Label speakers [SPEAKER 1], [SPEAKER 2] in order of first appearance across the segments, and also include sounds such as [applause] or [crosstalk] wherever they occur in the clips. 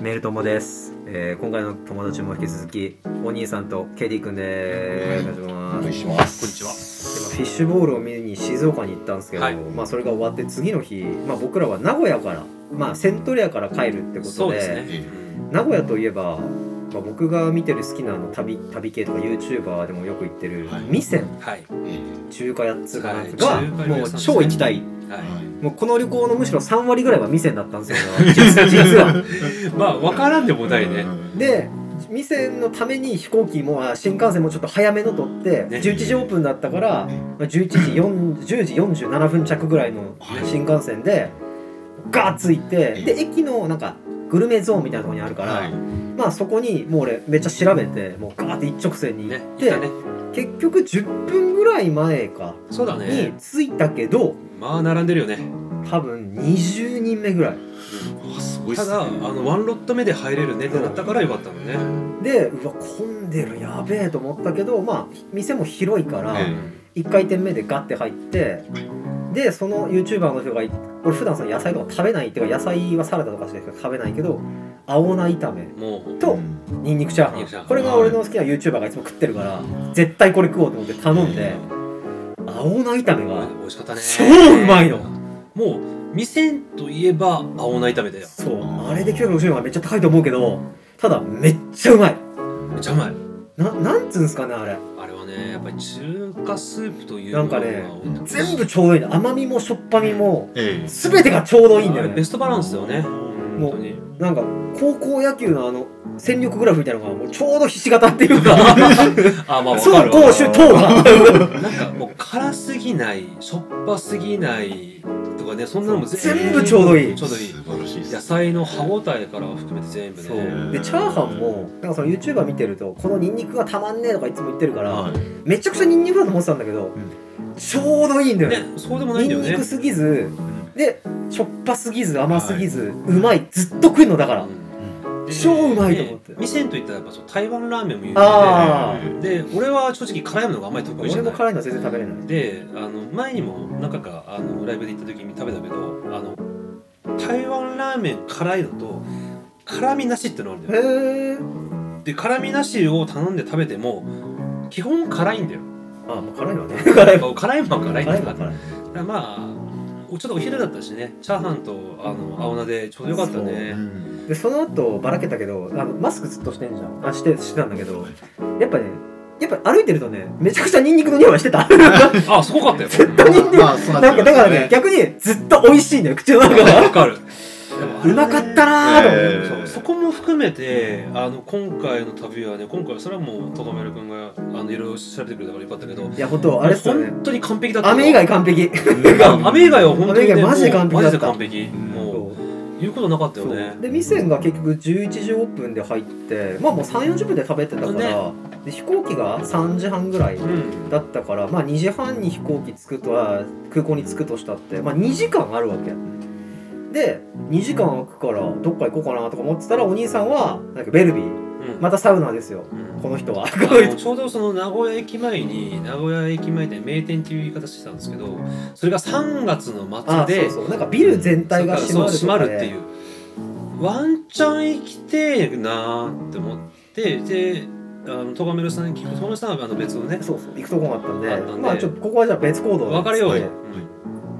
[SPEAKER 1] メール友です、えー今回の友達も引き続きお兄さんとケリー君ですお願いし
[SPEAKER 2] お
[SPEAKER 1] ますで
[SPEAKER 2] 願いします。
[SPEAKER 3] こんにちは
[SPEAKER 1] まあフィッシュボールを見に静岡に行ったんですけど、
[SPEAKER 3] はい
[SPEAKER 1] まあ、それが終わって次の日、まあ、僕らは名古屋から、まあ、セントレアから帰るってことで
[SPEAKER 3] そうですね。
[SPEAKER 1] 名古屋といえば、まあ、僕が見てる好きなあの旅旅系とか YouTuber でもよく行ってる
[SPEAKER 2] はい
[SPEAKER 1] 味仙、
[SPEAKER 3] はい。
[SPEAKER 1] 中華やっつうかなんか
[SPEAKER 3] はい中
[SPEAKER 1] が
[SPEAKER 3] 華料理
[SPEAKER 1] も
[SPEAKER 3] 屋
[SPEAKER 1] う
[SPEAKER 3] さんですね
[SPEAKER 1] 超行きたい
[SPEAKER 3] は
[SPEAKER 1] もうこの旅行のむしろ3割ぐらいは味仙だったんですよ俺は実は。
[SPEAKER 3] い。まあ、わからんでもないね。
[SPEAKER 1] で店のために飛行機もあ新幹線もちょっと早めの取って、
[SPEAKER 3] ね
[SPEAKER 1] 11時オープンだったから、まあ、11時4 10時47分着ぐらいの
[SPEAKER 2] はい
[SPEAKER 1] 新幹線でガーッついて
[SPEAKER 2] い
[SPEAKER 1] で駅のなんかグルメゾーンみたいなところにあるから、
[SPEAKER 2] はい
[SPEAKER 1] まあそこにもう俺めっちゃ調べてもうガーって一直線に行
[SPEAKER 3] ね
[SPEAKER 1] っ。
[SPEAKER 3] い
[SPEAKER 1] て、
[SPEAKER 3] たね。
[SPEAKER 1] 結局10分ぐらい前か
[SPEAKER 3] そうだ
[SPEAKER 1] に
[SPEAKER 3] ね。
[SPEAKER 1] 着いたけど
[SPEAKER 3] まあ、並んでるよね。
[SPEAKER 1] 多分20人目ぐらい。
[SPEAKER 2] わあすごいっ
[SPEAKER 3] た
[SPEAKER 2] すね。
[SPEAKER 3] だ、あの、ワンロット目で入れるねってなったからよかったのね。
[SPEAKER 1] でうわ混んでるやべえと思ったけどまあ店も広いから。
[SPEAKER 2] え
[SPEAKER 1] 1回転目でガッて入ってでその YouTuber の人がい俺普段その野菜とか食べないっていうか野菜はサラダとかしか食べないけど青菜炒め
[SPEAKER 3] もう、
[SPEAKER 1] とニンニクチャー
[SPEAKER 3] ニンニクチ
[SPEAKER 1] ハ
[SPEAKER 3] ャーハ
[SPEAKER 1] ン
[SPEAKER 3] ン
[SPEAKER 1] これが俺の好きな YouTuber がいつも食ってるから絶対これ食おうと思って頼んで青菜炒めが
[SPEAKER 3] 美味しかったね。
[SPEAKER 1] 超うまいの
[SPEAKER 3] もう、店といえば、青菜炒めだよ。
[SPEAKER 1] そうあれで960円はめっちゃ高いと思うけどただめっちゃうまい
[SPEAKER 3] めっちゃうまい。
[SPEAKER 1] ななんつうんすかねあれ
[SPEAKER 3] あれはね、やっぱり中華スープというの
[SPEAKER 1] な
[SPEAKER 3] が
[SPEAKER 1] んかね
[SPEAKER 3] まあ
[SPEAKER 1] 全部ちょうどいいの甘みもしょっぱみも
[SPEAKER 2] ええ
[SPEAKER 1] 全てがちょうどいいんだよね
[SPEAKER 3] あれベストバランスだよね。
[SPEAKER 1] もう
[SPEAKER 3] 本当に。
[SPEAKER 1] なんか高校野球のあの戦力グラフみたいなのがもうちょうどひし形って
[SPEAKER 3] [laughs]
[SPEAKER 1] いうか
[SPEAKER 3] あ、まあ、わ
[SPEAKER 1] 走
[SPEAKER 3] かるわ
[SPEAKER 1] 攻守投が
[SPEAKER 3] なんかもう辛すぎない、しょっぱすぎないとかね、そんなのも
[SPEAKER 1] 全部ちょうどいい
[SPEAKER 3] ちょうどいい。
[SPEAKER 2] 素晴らしいっす。
[SPEAKER 3] 野菜の歯応えから含めて全部ね。
[SPEAKER 1] そうでチャーハンもなんかその YouTuber 見てるとこのニンニクがたまんねえとかいつも言ってるから、
[SPEAKER 2] はい
[SPEAKER 1] めちゃくちゃニンニクだと思ってたんだけど、ちょうどいいんだよね
[SPEAKER 3] ね、そうでもないんだ
[SPEAKER 1] ニ
[SPEAKER 3] よ
[SPEAKER 1] ンニ
[SPEAKER 3] ね
[SPEAKER 1] ク。すぎずでしょっぱすぎず甘すぎず、うまいずっと食えんのだから、
[SPEAKER 3] うんで
[SPEAKER 1] 超うまいと思って
[SPEAKER 3] ね店といったらやっぱそう台湾ラーメンも有名
[SPEAKER 1] ああ
[SPEAKER 3] で、で、俺は正直辛いものがあんまり得意じ
[SPEAKER 1] 俺
[SPEAKER 3] ゃな
[SPEAKER 1] も
[SPEAKER 3] い。
[SPEAKER 1] 辛いのは全然食べれない
[SPEAKER 3] で、あの前にも何回かあのライブで行った時に食べたけど、あの台湾ラーメン辛いのと辛みなしってのがあるんだよ。
[SPEAKER 1] へえ
[SPEAKER 3] で辛みなしを頼んで食べても基本辛いんだよ
[SPEAKER 1] あまあ辛いのはね辛いも
[SPEAKER 3] 辛いもんは辛いんだ
[SPEAKER 1] 辛い
[SPEAKER 3] よ
[SPEAKER 1] も
[SPEAKER 3] だか
[SPEAKER 1] 辛い
[SPEAKER 3] らまあおちょっとお昼だったしねチャーハンとあの青菜でちょうどよかった
[SPEAKER 2] う
[SPEAKER 3] ね
[SPEAKER 2] ん
[SPEAKER 1] でその後ばらけたけどあのマスクずっとしてんじゃんあしてしてたんだけどやっぱねやっぱ歩いてるとねめちゃくちゃニンニクの匂いはして
[SPEAKER 3] [laughs]
[SPEAKER 1] たな
[SPEAKER 3] あすごかったよ
[SPEAKER 2] まあそうなっ
[SPEAKER 1] ん
[SPEAKER 2] ち
[SPEAKER 1] かだか
[SPEAKER 2] ゃいますね
[SPEAKER 1] らね逆にずっと美味しいんだよ口の中
[SPEAKER 3] わ
[SPEAKER 1] が
[SPEAKER 3] かる
[SPEAKER 1] うまかったなーと思って、
[SPEAKER 2] え
[SPEAKER 3] そうそこも含めてあの今回の旅はね今回それはもう高丸君があのいろいろ調べてくれたからよかったけど
[SPEAKER 1] いや本当あれっすよね
[SPEAKER 3] 本当に完璧だった
[SPEAKER 1] 雨以外完璧
[SPEAKER 3] うん雨以外は本当に、ね、
[SPEAKER 1] 雨以外マジで完璧だった
[SPEAKER 3] もうマジで完璧も
[SPEAKER 1] そう
[SPEAKER 3] う言うことなかったよね
[SPEAKER 1] そうで店が結局11時オープンで入ってまあもう3 4 0分で食べてたから、
[SPEAKER 3] ね
[SPEAKER 1] で飛行機が3時半ぐらい
[SPEAKER 3] うん
[SPEAKER 1] だったから、まあ、2時半に飛行機着くとは空港に着くとしたって、まあ、2時間あるわけで2時間空くからどっか行こうかなとか思ってたらお兄さんはなんかベルビー
[SPEAKER 3] うん
[SPEAKER 1] またサウナですよ
[SPEAKER 3] うん
[SPEAKER 1] この人は
[SPEAKER 3] あのちょうどその名古屋駅前に名古屋駅前で名店っていう言い方してたんですけどそれが3月の
[SPEAKER 1] あ
[SPEAKER 3] 末
[SPEAKER 1] そう
[SPEAKER 3] で
[SPEAKER 1] そうなんかビル全体が閉
[SPEAKER 3] そう
[SPEAKER 1] まるとか
[SPEAKER 3] 閉ま
[SPEAKER 1] で
[SPEAKER 3] るっていうワンチャン生きてえなーって思ってであの戸亀さんに聞く戸亀さんはあの別のね
[SPEAKER 1] そうそう行くとこがあったんで
[SPEAKER 3] あったんで
[SPEAKER 1] まあちょっとここはじゃあ別行動で
[SPEAKER 3] 別れようよ、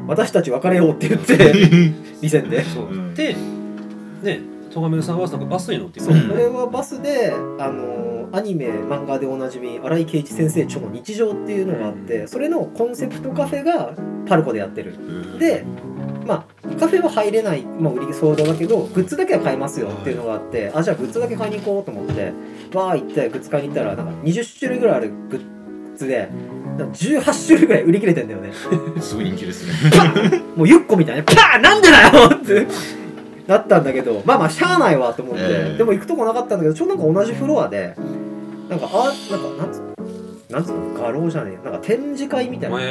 [SPEAKER 1] 私たち別れようって言って
[SPEAKER 3] [laughs]
[SPEAKER 2] [laughs]
[SPEAKER 1] 店で
[SPEAKER 3] そう
[SPEAKER 2] うん
[SPEAKER 3] でね戸亀さんはなんかバスに乗っていく
[SPEAKER 1] そう
[SPEAKER 2] うん
[SPEAKER 1] これはバスであのアニメ漫画でおなじみ荒井圭一先生著の日常っていうのがあって、
[SPEAKER 3] うん
[SPEAKER 1] それのコンセプトカフェがパルコでやってる
[SPEAKER 2] うん
[SPEAKER 1] でまあカフェは入れない、まあ、売り相場だけどグッズだけは買えますよっていうのがあって、あじゃあグッズだけ買いに行こうと思ってバー行ってグッズ買いに行ったらなんか20種類ぐらいあるグッズでなんか18種類ぐらい売り切れてんだよね
[SPEAKER 2] すごい人気ですね。
[SPEAKER 1] もうゆっこみたいなパーなんでだよってなったんだけどまあまあしゃあないわと思って、
[SPEAKER 2] ええ
[SPEAKER 1] でも行くとこなかったんだけどちょうどなんか同じフロアでなんかあなんかなんつうなんつうの画廊じゃねえなんか展示会みたい
[SPEAKER 3] お
[SPEAKER 1] な
[SPEAKER 3] 前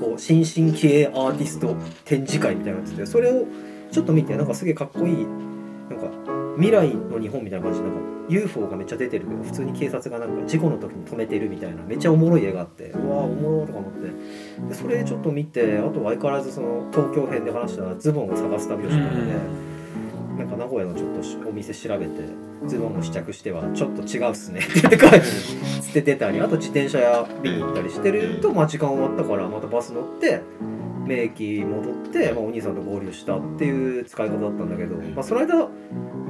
[SPEAKER 1] こう新進気鋭アーティスト展示会みたいなやつでそれをちょっと見てなんかすげえかっこいいなんか未来の日本みたいな感じでなんか UFO がめっちゃ出てるけど普通に警察がなんか事故の時に止めてるみたいなめっちゃおもろい絵があってうわーおもろーとか思ってでそれちょっと見てあと相変わらずその東京編で話したズボンを探す旅をしてたので、
[SPEAKER 3] う
[SPEAKER 1] なんか名古屋のちょっとしお店調べてズボンを試着してはちょっと違うっすねって言って帰る捨ててたりあと自転車や見に行ったりしてると、まあ、時間終わったからまたバス乗って名駅戻って、まあ、お兄さんと合流したっていう使い方だったんだけど、まあ、その間ウ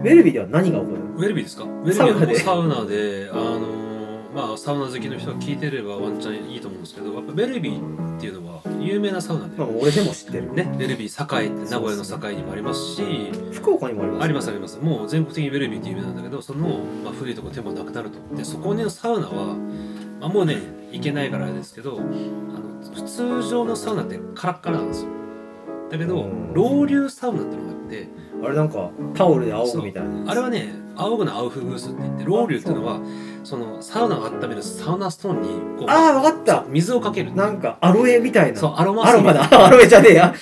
[SPEAKER 1] ェルビーでは何が起こる
[SPEAKER 3] ウェルビーですかウェルビ
[SPEAKER 1] サウナ
[SPEAKER 3] ー
[SPEAKER 1] で
[SPEAKER 3] のサウナで、あのーまあ、サウナ好きの人が聞いてればワンチャンいいと思うんですけどやっぱウェルビーっていうのは有名なサウナで、
[SPEAKER 1] まあ、俺でも知ってる
[SPEAKER 3] ね、ウェルビー堺って名古屋の堺にもありますし
[SPEAKER 1] 福岡にもあります
[SPEAKER 3] ありますありますもう全国的にウェルビーって有名なんだけどその、まあ、古いとこ手もなくなるとでそこにのサウナは、まあ、もうね行けないからあれですけどあの普通常のサウナってカラッカラなんですよだけど
[SPEAKER 1] うん
[SPEAKER 3] 老流サウナってのがあって
[SPEAKER 1] あれなんかタオルで仰ぐみたいな
[SPEAKER 3] あれはね青ぐのアウフグースって言ってロウリュっていうのはそのサウナを温めるサウナストーンにこう
[SPEAKER 1] ああ分かった
[SPEAKER 3] 水をかける
[SPEAKER 1] なんかアロエみたいな
[SPEAKER 3] そうアロマ
[SPEAKER 1] アロマだアロエじゃねえ
[SPEAKER 3] [laughs]
[SPEAKER 1] や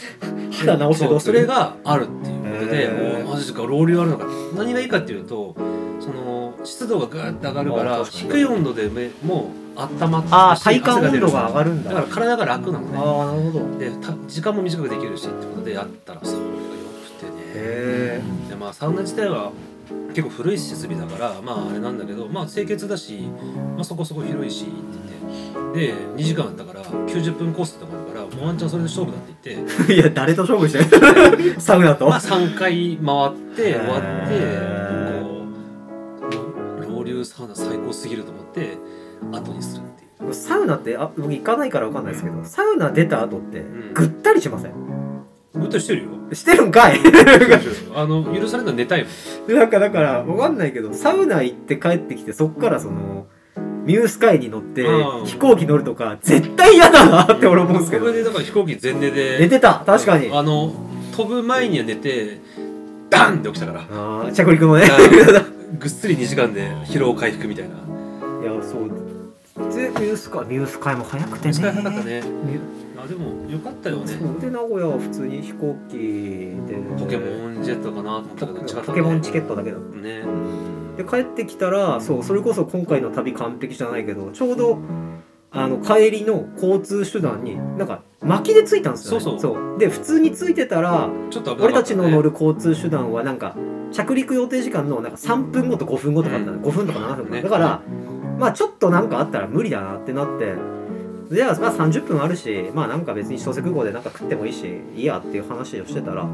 [SPEAKER 1] 肌直してどう
[SPEAKER 3] そう
[SPEAKER 1] す
[SPEAKER 3] そ
[SPEAKER 1] る
[SPEAKER 3] れがあるっていうこと
[SPEAKER 1] へ
[SPEAKER 3] で、
[SPEAKER 1] ー
[SPEAKER 3] おマジかロウリュあるのか何がいいかっていうとその湿度がガーッて上がるか
[SPEAKER 1] ま
[SPEAKER 3] ら
[SPEAKER 1] あ確かに
[SPEAKER 3] 低い温度でめもう温まって
[SPEAKER 1] ああ体感
[SPEAKER 3] 汗
[SPEAKER 1] 温
[SPEAKER 3] 出る
[SPEAKER 1] 度が上がるんだ
[SPEAKER 3] だから体が楽なのね
[SPEAKER 1] ああなるほどへ
[SPEAKER 3] でた時間も短くできるしってことでやったらそれがよくてね
[SPEAKER 1] え
[SPEAKER 3] でまあサウナ自体は結構古い設備だからまああれなんだけどまあ清潔だし、まあ、そこそこ広いしって言ってで2時間あったから90分コースってとこあるからもうワンチャンそれで勝負だっ
[SPEAKER 1] [laughs]
[SPEAKER 3] て言って
[SPEAKER 1] いや誰と勝負して
[SPEAKER 3] [laughs]
[SPEAKER 1] るサウナと
[SPEAKER 3] まあ3回回って終わ
[SPEAKER 1] へ
[SPEAKER 3] ってこうろ老流サウナ最高すぎると思って後にするっていう
[SPEAKER 1] サウナってあ僕行かないから分かんないですけどサウナ出た後って
[SPEAKER 3] ん
[SPEAKER 1] ぐったりしません
[SPEAKER 3] ぐったりして
[SPEAKER 1] [laughs]
[SPEAKER 3] るよ
[SPEAKER 1] してるんかい
[SPEAKER 3] あの許されるのは寝たいもん
[SPEAKER 1] なんかだから分かんないけどサウナ行って帰ってきてそっからそのミュースカイに乗って
[SPEAKER 3] うん
[SPEAKER 1] 飛行機乗るとか絶対嫌だなって俺思うんですけど
[SPEAKER 3] これでだから飛行機全寝で
[SPEAKER 1] 寝てた確かに
[SPEAKER 3] あの飛ぶ前には寝てダンって起きたから
[SPEAKER 1] あー着陸もねいや
[SPEAKER 3] [laughs] ぐっすり2時間で疲労回復みたいな。
[SPEAKER 1] そうでミュースカイミュースカイも早くてね
[SPEAKER 3] 使いなかったね。
[SPEAKER 1] ミュ
[SPEAKER 3] あでもよかったよね。
[SPEAKER 1] そうで名古屋は普通に飛行機で
[SPEAKER 3] ポケモンジェットかなと思ったけど違った、ね。
[SPEAKER 1] ポケモンチケットだけど
[SPEAKER 3] ね。
[SPEAKER 1] で帰ってきたらそうそれこそ今回の旅完璧じゃないけどちょうどあの帰りの交通手段になんか薪で着いたんですよ、ね、
[SPEAKER 3] そうそう
[SPEAKER 1] で普通に着いてたら
[SPEAKER 3] ちょっと危な
[SPEAKER 1] 俺
[SPEAKER 3] か
[SPEAKER 1] た
[SPEAKER 3] った、
[SPEAKER 1] ち
[SPEAKER 3] ね。
[SPEAKER 1] の乗る交通手段はなんか着陸予定時間のなんか3分後と5分後とかだったの、
[SPEAKER 3] うん
[SPEAKER 1] 5分とか7分とか、
[SPEAKER 3] ね
[SPEAKER 1] だからまあちょっとなんかあったら無理だなってなってじゃあまあ30分あるしまあなんか別に千歳空港でなんか食ってもいいしいいやっていう話をしてたら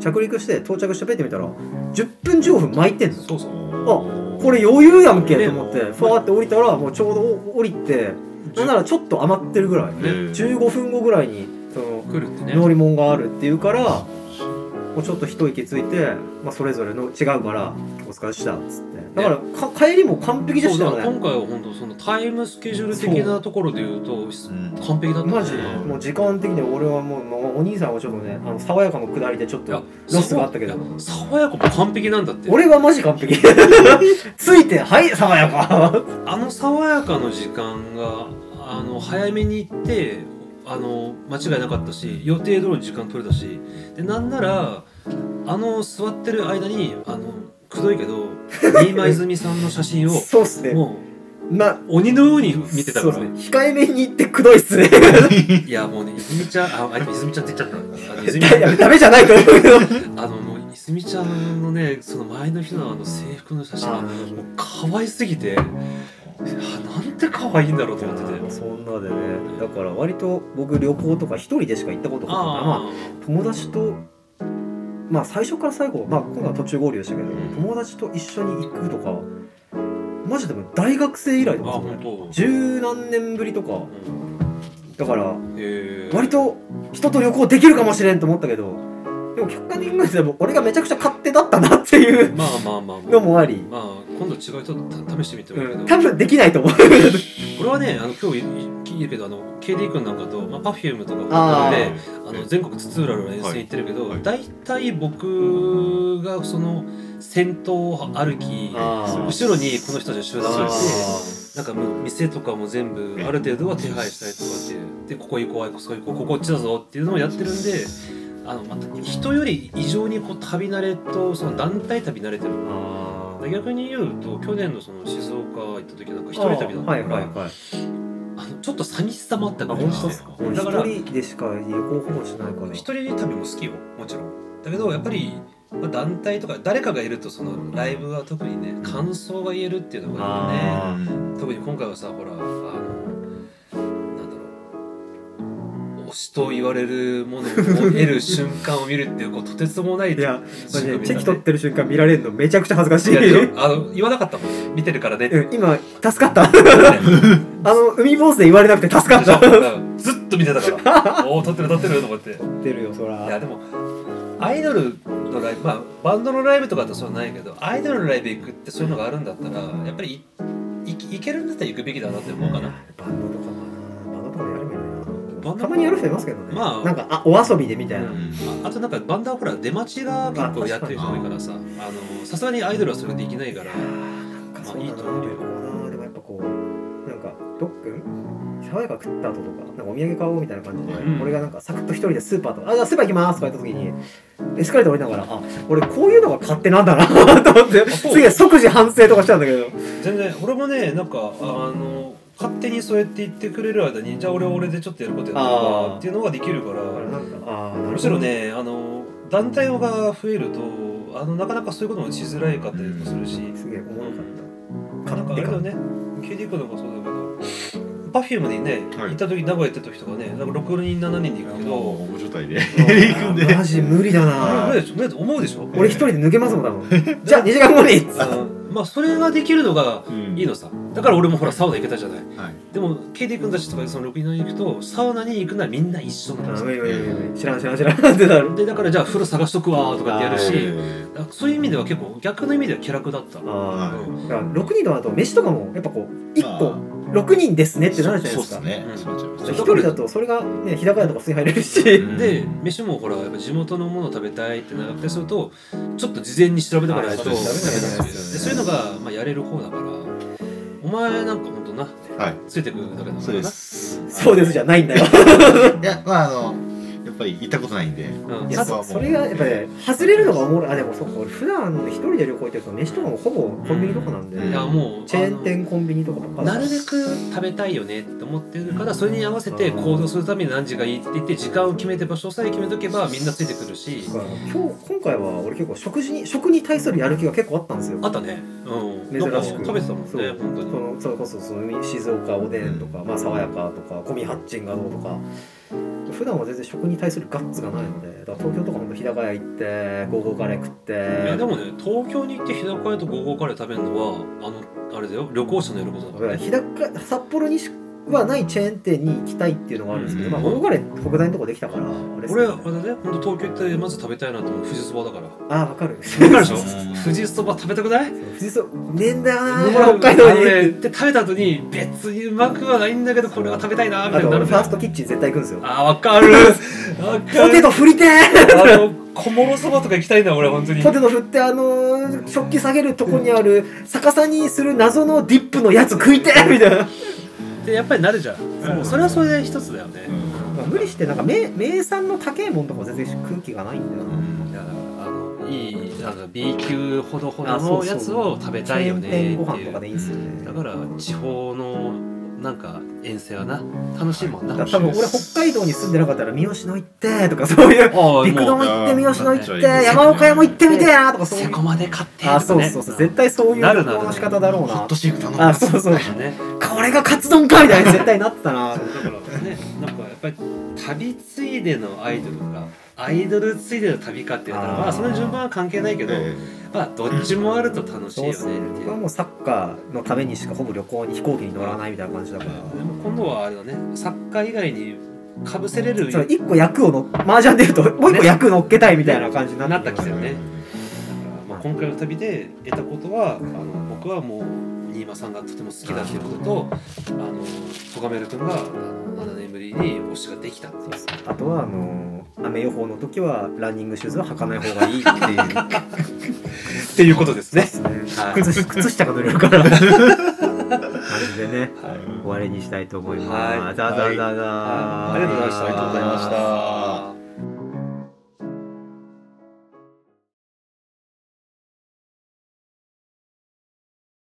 [SPEAKER 1] 着陸して到着してペってみたら10分15分巻いてんの
[SPEAKER 3] そうそう。
[SPEAKER 1] あこれ余裕やんけ
[SPEAKER 3] ね
[SPEAKER 1] と思って
[SPEAKER 3] もう
[SPEAKER 1] ファーって降りたらもうちょうど降りてなんならちょっと余ってるぐらい
[SPEAKER 2] ね
[SPEAKER 1] 15分後ぐらいにその
[SPEAKER 3] 来るってね。
[SPEAKER 1] 乗り物があるっていうからもうちょっと一息ついて、まあ、それぞれの違うからお疲れっしたっつってだからか帰りも完璧で
[SPEAKER 3] そう
[SPEAKER 1] したよ
[SPEAKER 3] だから今
[SPEAKER 1] ね
[SPEAKER 3] 回は本当そのタイムスケジュール的なところで言うと
[SPEAKER 2] ん
[SPEAKER 3] 完璧だったね。
[SPEAKER 1] マジでもう時間的に俺はもう、まあお兄さんはちょっとねあの爽やかの下りでちょっ
[SPEAKER 3] いや
[SPEAKER 1] とロスがあったけど
[SPEAKER 3] いや爽やかも完璧なんだって。
[SPEAKER 1] 俺はマジ完
[SPEAKER 3] [laughs]
[SPEAKER 1] 璧ついてはい爽やか
[SPEAKER 3] あの爽やかの時間があの早めに行ってあの間違いなかったし予定通りの時間取れたしでなんならあの座ってる間にあのくどいけど新間泉さんの写真
[SPEAKER 1] [laughs]
[SPEAKER 3] を
[SPEAKER 1] そうっすね
[SPEAKER 3] も
[SPEAKER 1] ま
[SPEAKER 3] う鬼のように見てた
[SPEAKER 1] そ
[SPEAKER 3] か
[SPEAKER 1] うっ
[SPEAKER 3] ら、
[SPEAKER 1] すね控えめに言ってくどいっすね
[SPEAKER 3] いやもうね泉ちゃんああ泉ちゃんって言っちゃった
[SPEAKER 1] [laughs]
[SPEAKER 3] あの
[SPEAKER 1] い
[SPEAKER 3] 泉
[SPEAKER 1] やいやダメじゃないと思うけど
[SPEAKER 3] あのもう泉ちゃんのねその前の日のあの制服の写真がもう可愛すぎてあなんて可愛いんだろうと思ってて。
[SPEAKER 1] そんなでねだから割と僕旅行とか一人でしか行ったことがないからまあ
[SPEAKER 3] あー
[SPEAKER 1] 友達とまあ最初から最後、まあ、今度は途中合流でしたけど、
[SPEAKER 3] ん
[SPEAKER 1] 友達と一緒に行くとかマジでもう大学生以来
[SPEAKER 3] あ、
[SPEAKER 1] とかですよね
[SPEAKER 3] 本当。
[SPEAKER 1] 十何年ぶりとかだから
[SPEAKER 3] えー
[SPEAKER 1] 割と人と旅行できるかもしれんと思ったけどでも客観的に見ても俺がめちゃくちゃ勝手だったなっていう
[SPEAKER 3] まあまあまあま
[SPEAKER 1] の
[SPEAKER 3] あ、ま
[SPEAKER 1] もあり、
[SPEAKER 3] あ、今度違う人と試してみてもいいけ
[SPEAKER 1] う
[SPEAKER 3] ど、
[SPEAKER 1] ん、多分できないと思う
[SPEAKER 3] これはねあの今日聞いてるけどあの KD 君なんかと、まあ、Perfume とか
[SPEAKER 1] あ
[SPEAKER 3] 本
[SPEAKER 1] ー
[SPEAKER 3] 当であの全国津々浦々の遠征行ってるけど、
[SPEAKER 2] はいはい
[SPEAKER 3] 大体僕がその先頭を歩き
[SPEAKER 1] あー
[SPEAKER 3] 後ろにこの人たちが集団
[SPEAKER 2] そう
[SPEAKER 3] を
[SPEAKER 2] で
[SPEAKER 3] して
[SPEAKER 2] す
[SPEAKER 3] なんかもう店とかも全部ある程度は手配したりとかっていうでここ行こうあここ行こうこここっちだぞっていうのをやってるんであのまた人より異常にこう旅慣れとその団体旅慣れてる
[SPEAKER 1] あー
[SPEAKER 3] 逆に言うと去年のその静岡行った時なんか一人旅だったか
[SPEAKER 1] はい
[SPEAKER 3] らあ、
[SPEAKER 1] はいはい
[SPEAKER 3] のちょっと寂しさもあった
[SPEAKER 1] あ
[SPEAKER 3] ぐらい
[SPEAKER 1] 本
[SPEAKER 3] で
[SPEAKER 1] 当っ
[SPEAKER 3] し
[SPEAKER 1] す
[SPEAKER 3] て
[SPEAKER 1] か
[SPEAKER 3] だから
[SPEAKER 1] 一人でしか旅行ほぼしないから
[SPEAKER 3] 一人旅も好きよもちろんだけどやっぱり、まあ、団体とか誰かがいるとそのライブは特にね感想が言えるっていうのがいいよね
[SPEAKER 1] あ
[SPEAKER 3] 特に今回はさほらあのなんだろう推しと言われるものを得る瞬間を見るっていうこうとてつもない
[SPEAKER 1] いやマジでチェキ取っ
[SPEAKER 3] って
[SPEAKER 1] てる瞬間見られるのめちゃくちゃ恥ずかしい
[SPEAKER 3] あの言わなかったもん見てるからねって
[SPEAKER 1] うん今助かったあの海坊主で言われなくて助かった
[SPEAKER 3] そうだからずっと見てたから「おお撮ってる撮ってる」と思ってい
[SPEAKER 1] 出るよそら
[SPEAKER 3] やでもアイドルのライブまあバンドのライブとかってそうないけどアイドルのライブ行くってそういうのがあるんだったらやっぱりいい行けるんだったら行くべきだなって思うかな、
[SPEAKER 1] バンドとかもなバンドとかもやるみたい
[SPEAKER 3] バンド
[SPEAKER 1] なたまにやる人いますけどね、
[SPEAKER 3] まあ
[SPEAKER 1] なんかあお遊びでみたいな、
[SPEAKER 3] う
[SPEAKER 2] うんん
[SPEAKER 3] ああとなんかバンドはほら出待ちが結構やってる人多いからさあのさすがにアイドルはそれできないから
[SPEAKER 1] なんかそうだ
[SPEAKER 3] まあいい
[SPEAKER 1] な
[SPEAKER 3] と思うよ
[SPEAKER 1] なでもやっぱこうなんかドックン爽やか食った後とかなんかお土産買おうみたいな感じで、
[SPEAKER 3] うん
[SPEAKER 1] 俺がなんかサクッと一人でスーパーとか「あじゃあスーパー行きます」とか言った時にエスカレーター降りながら「あ俺こういうのが勝手なんだな」と思っ
[SPEAKER 3] [laughs]
[SPEAKER 1] て
[SPEAKER 3] そう
[SPEAKER 1] 次は即時反省とかしたんだけど
[SPEAKER 3] 全然俺もねなんかあの勝手にそうやって言ってくれる間にじゃあ俺は俺でちょっとやることやってる
[SPEAKER 1] あ
[SPEAKER 3] か
[SPEAKER 1] ー
[SPEAKER 3] っていうのができるから
[SPEAKER 1] あれなんかあーなるほど
[SPEAKER 3] むしろねあの団体が増えるとあのなかなかそういうこともしづらいかったりもするし、
[SPEAKER 1] すげえおもろかった
[SPEAKER 3] なんか
[SPEAKER 1] 勝
[SPEAKER 3] あ
[SPEAKER 1] 手
[SPEAKER 3] れだ
[SPEAKER 1] か
[SPEAKER 3] よね KD 君なんかそうだけど Perfume にね、
[SPEAKER 2] はい
[SPEAKER 3] 行った時名古屋行った時とかねなんか6人7人で行く
[SPEAKER 2] も
[SPEAKER 3] け
[SPEAKER 2] う
[SPEAKER 3] ど
[SPEAKER 2] 保護状態で行くんで
[SPEAKER 1] マジ無理だ
[SPEAKER 3] あ
[SPEAKER 1] な
[SPEAKER 3] れ無理でしょ無理だと思うでしょ
[SPEAKER 1] 俺一人で抜けますもん多
[SPEAKER 3] [laughs]
[SPEAKER 1] 分じゃあ2時間後にっつって
[SPEAKER 3] うんまあそれができるのがいいのさだから俺もほらサウナ行けたじゃない
[SPEAKER 2] はい
[SPEAKER 3] でも KD 君たちとかその6人に行くとサウナに行くならみんな一緒な
[SPEAKER 1] あ
[SPEAKER 3] の
[SPEAKER 1] ー
[SPEAKER 3] さ
[SPEAKER 1] 無理無理無理無理知らん知らん知らんってなる
[SPEAKER 3] でだからじゃあ風呂探しとくわーとかってやる
[SPEAKER 1] あ
[SPEAKER 3] し
[SPEAKER 2] え
[SPEAKER 3] だからそういう意味では結構逆の意味では気楽だった
[SPEAKER 1] あ
[SPEAKER 2] ー
[SPEAKER 3] うん
[SPEAKER 1] あだから6人の後飯とかもやっぱこう1個
[SPEAKER 2] ま
[SPEAKER 1] 6人ですねってなるじゃないで
[SPEAKER 2] そうっ
[SPEAKER 1] すか
[SPEAKER 2] すね
[SPEAKER 3] うん
[SPEAKER 2] そうなっちゃいま
[SPEAKER 1] 1
[SPEAKER 2] した
[SPEAKER 3] そう
[SPEAKER 1] 人だとそれがね日高屋とか普通に入れるし
[SPEAKER 2] うん
[SPEAKER 3] で飯もほらやっぱ地元のものを食べたいってなったりするとちょっと事前に調べてもらえと
[SPEAKER 2] あそ
[SPEAKER 3] 食べ
[SPEAKER 2] う
[SPEAKER 3] た
[SPEAKER 2] で
[SPEAKER 3] り
[SPEAKER 2] す
[SPEAKER 3] する
[SPEAKER 2] 調べてもらえないですよね
[SPEAKER 3] でそういうのがまあやれる方だからお前なんかほんとな
[SPEAKER 2] はい
[SPEAKER 3] ついてくるだけだからな
[SPEAKER 2] そうです
[SPEAKER 1] そうですじゃないんだよ
[SPEAKER 2] いやまああのやっぱり行ったことないんで
[SPEAKER 3] うん
[SPEAKER 1] い
[SPEAKER 2] や
[SPEAKER 1] や
[SPEAKER 2] っぱもう
[SPEAKER 1] それがやっぱね外れるのがおもろいあでもそうか俺普段一人で旅行行ってると飯とかもほぼコンビニとかなんで
[SPEAKER 2] うん
[SPEAKER 3] いやもう
[SPEAKER 1] チェーン店コンビニとかばっかだ
[SPEAKER 3] なるべく食べたいよねって思ってるからそれに合わせて行動するために何時がいいって言って時間を決めて場所さえ決めとけばみんなついてくるし
[SPEAKER 1] だから今日今回は俺結構食事に食に対するやる気が結構あったんですよ
[SPEAKER 3] あったね、うん、
[SPEAKER 1] 珍しく
[SPEAKER 3] なんか食べてたもん
[SPEAKER 1] そ
[SPEAKER 3] ね
[SPEAKER 1] う
[SPEAKER 3] 本当に
[SPEAKER 1] そのそれこそその静岡おでんとか、まあ、爽やかとかコミハッチンがどうとか普段は全然食に対するガッツがないのでだから東京とかほんと日高屋行ってゴーゴーカレー食って
[SPEAKER 3] いやでもね東京に行って日高屋とゴーゴーカレー食べるのはあのあれだよ旅行者のやるこ
[SPEAKER 1] だ
[SPEAKER 3] とだか
[SPEAKER 1] からら
[SPEAKER 3] ね
[SPEAKER 1] 日高札幌にしはないチェーン店に行きたいっていうのがあるんですけど、
[SPEAKER 2] うん
[SPEAKER 1] まあ、ゴーゴーカレー北大のとこできたからあれですけ
[SPEAKER 3] 俺
[SPEAKER 1] ど
[SPEAKER 3] あれだね本当東京行ってまず食べたいなと思う富士そば
[SPEAKER 1] [laughs]
[SPEAKER 3] だから
[SPEAKER 1] ああ分かる
[SPEAKER 3] わかるで
[SPEAKER 1] [laughs]
[SPEAKER 3] しょ
[SPEAKER 2] うん
[SPEAKER 3] 富士そば食べたくない
[SPEAKER 1] 富士そねえんだよな、
[SPEAKER 3] ね
[SPEAKER 1] これ北海道
[SPEAKER 3] あの
[SPEAKER 1] に、
[SPEAKER 3] ねで食べた後に別にうまくはないんだけどこれは食べたいな
[SPEAKER 1] あ
[SPEAKER 3] みたい
[SPEAKER 1] と
[SPEAKER 3] にな
[SPEAKER 1] 俺
[SPEAKER 3] るん
[SPEAKER 1] フ
[SPEAKER 3] だ
[SPEAKER 1] ァ
[SPEAKER 3] よ
[SPEAKER 1] ーストキッチン絶対行くんですよ
[SPEAKER 3] あー
[SPEAKER 1] [laughs]
[SPEAKER 3] わかるわか
[SPEAKER 1] ポテ
[SPEAKER 3] る
[SPEAKER 1] ト振りてー
[SPEAKER 3] あの小諸そばとか行きたいんだ俺本当に
[SPEAKER 1] ポテト振ってあのー食器下げるとこにある逆さにする謎のディップのやつ食いてえみたいな
[SPEAKER 3] でやっぱりなるじゃんそうそれはそれで一つだよね、
[SPEAKER 1] 無理してなんか名名産の高いもんとか全然空気がないんだよな
[SPEAKER 3] だからあのいいあの B 級ほどほど
[SPEAKER 1] あそうそ
[SPEAKER 3] の
[SPEAKER 1] う
[SPEAKER 3] やつを食べたいよねって
[SPEAKER 1] チェ
[SPEAKER 3] い
[SPEAKER 1] ーン店
[SPEAKER 3] う
[SPEAKER 1] ご飯とかでいいんすよね
[SPEAKER 3] だから地方のなんか遠征はな楽しいもんな、
[SPEAKER 1] だから多分俺北海道に住んでなかったら三好の行ってとかそういう
[SPEAKER 3] ああ
[SPEAKER 1] 陸
[SPEAKER 3] も
[SPEAKER 1] 丼
[SPEAKER 3] う
[SPEAKER 1] 行って三好の行
[SPEAKER 2] う
[SPEAKER 1] っ
[SPEAKER 2] ん
[SPEAKER 1] て山岡屋も行ってみてえなとかそうい
[SPEAKER 3] せ
[SPEAKER 1] う
[SPEAKER 3] こまで買ってとか、ね、
[SPEAKER 1] あそうそうそう絶対そういう
[SPEAKER 3] なるなる
[SPEAKER 1] 旅行の仕方だろう
[SPEAKER 2] ホッ
[SPEAKER 1] な
[SPEAKER 2] トシェイク頼んだ
[SPEAKER 1] あそうそう
[SPEAKER 3] 対ね
[SPEAKER 1] これがカツ丼かみたいな絶対なってたな
[SPEAKER 3] だからねなんかやっぱり旅ついでのアイドルかアイドルついでの旅かっていうのは
[SPEAKER 1] あー
[SPEAKER 3] まあその順番は関係ないけど、
[SPEAKER 2] え
[SPEAKER 3] まあどっちもあると楽しい
[SPEAKER 1] そう
[SPEAKER 3] よ
[SPEAKER 1] で
[SPEAKER 3] ねって
[SPEAKER 1] すね僕
[SPEAKER 3] いう
[SPEAKER 1] はもうサッカーのためにしかほぼ旅行に飛行機に乗らないみたいな感じだから
[SPEAKER 3] でも今度はあれだねサッカー以外にかぶせれる
[SPEAKER 1] その一個役をの麻雀でいうともう一個役乗っけたいみたいな感じになってき
[SPEAKER 3] だ
[SPEAKER 1] て
[SPEAKER 3] よねまあ、今回の旅で得たことはあの僕はもう新間さんがとても好きだっていうこととあのトガメル君があの7年ぶりに推しができたっていう
[SPEAKER 1] あとはあのー雨予報の時はランニングシューズは履かない方がいいって [laughs] いう
[SPEAKER 3] っていうことですね。はい
[SPEAKER 1] 靴下靴下が濡れる [laughs] から感じでね
[SPEAKER 3] はい
[SPEAKER 1] 終わりにしたいと思い
[SPEAKER 3] は
[SPEAKER 1] ま
[SPEAKER 3] い
[SPEAKER 1] す。ザザザザ
[SPEAKER 3] ありがとうございました
[SPEAKER 2] ありがとうございました
[SPEAKER 3] あー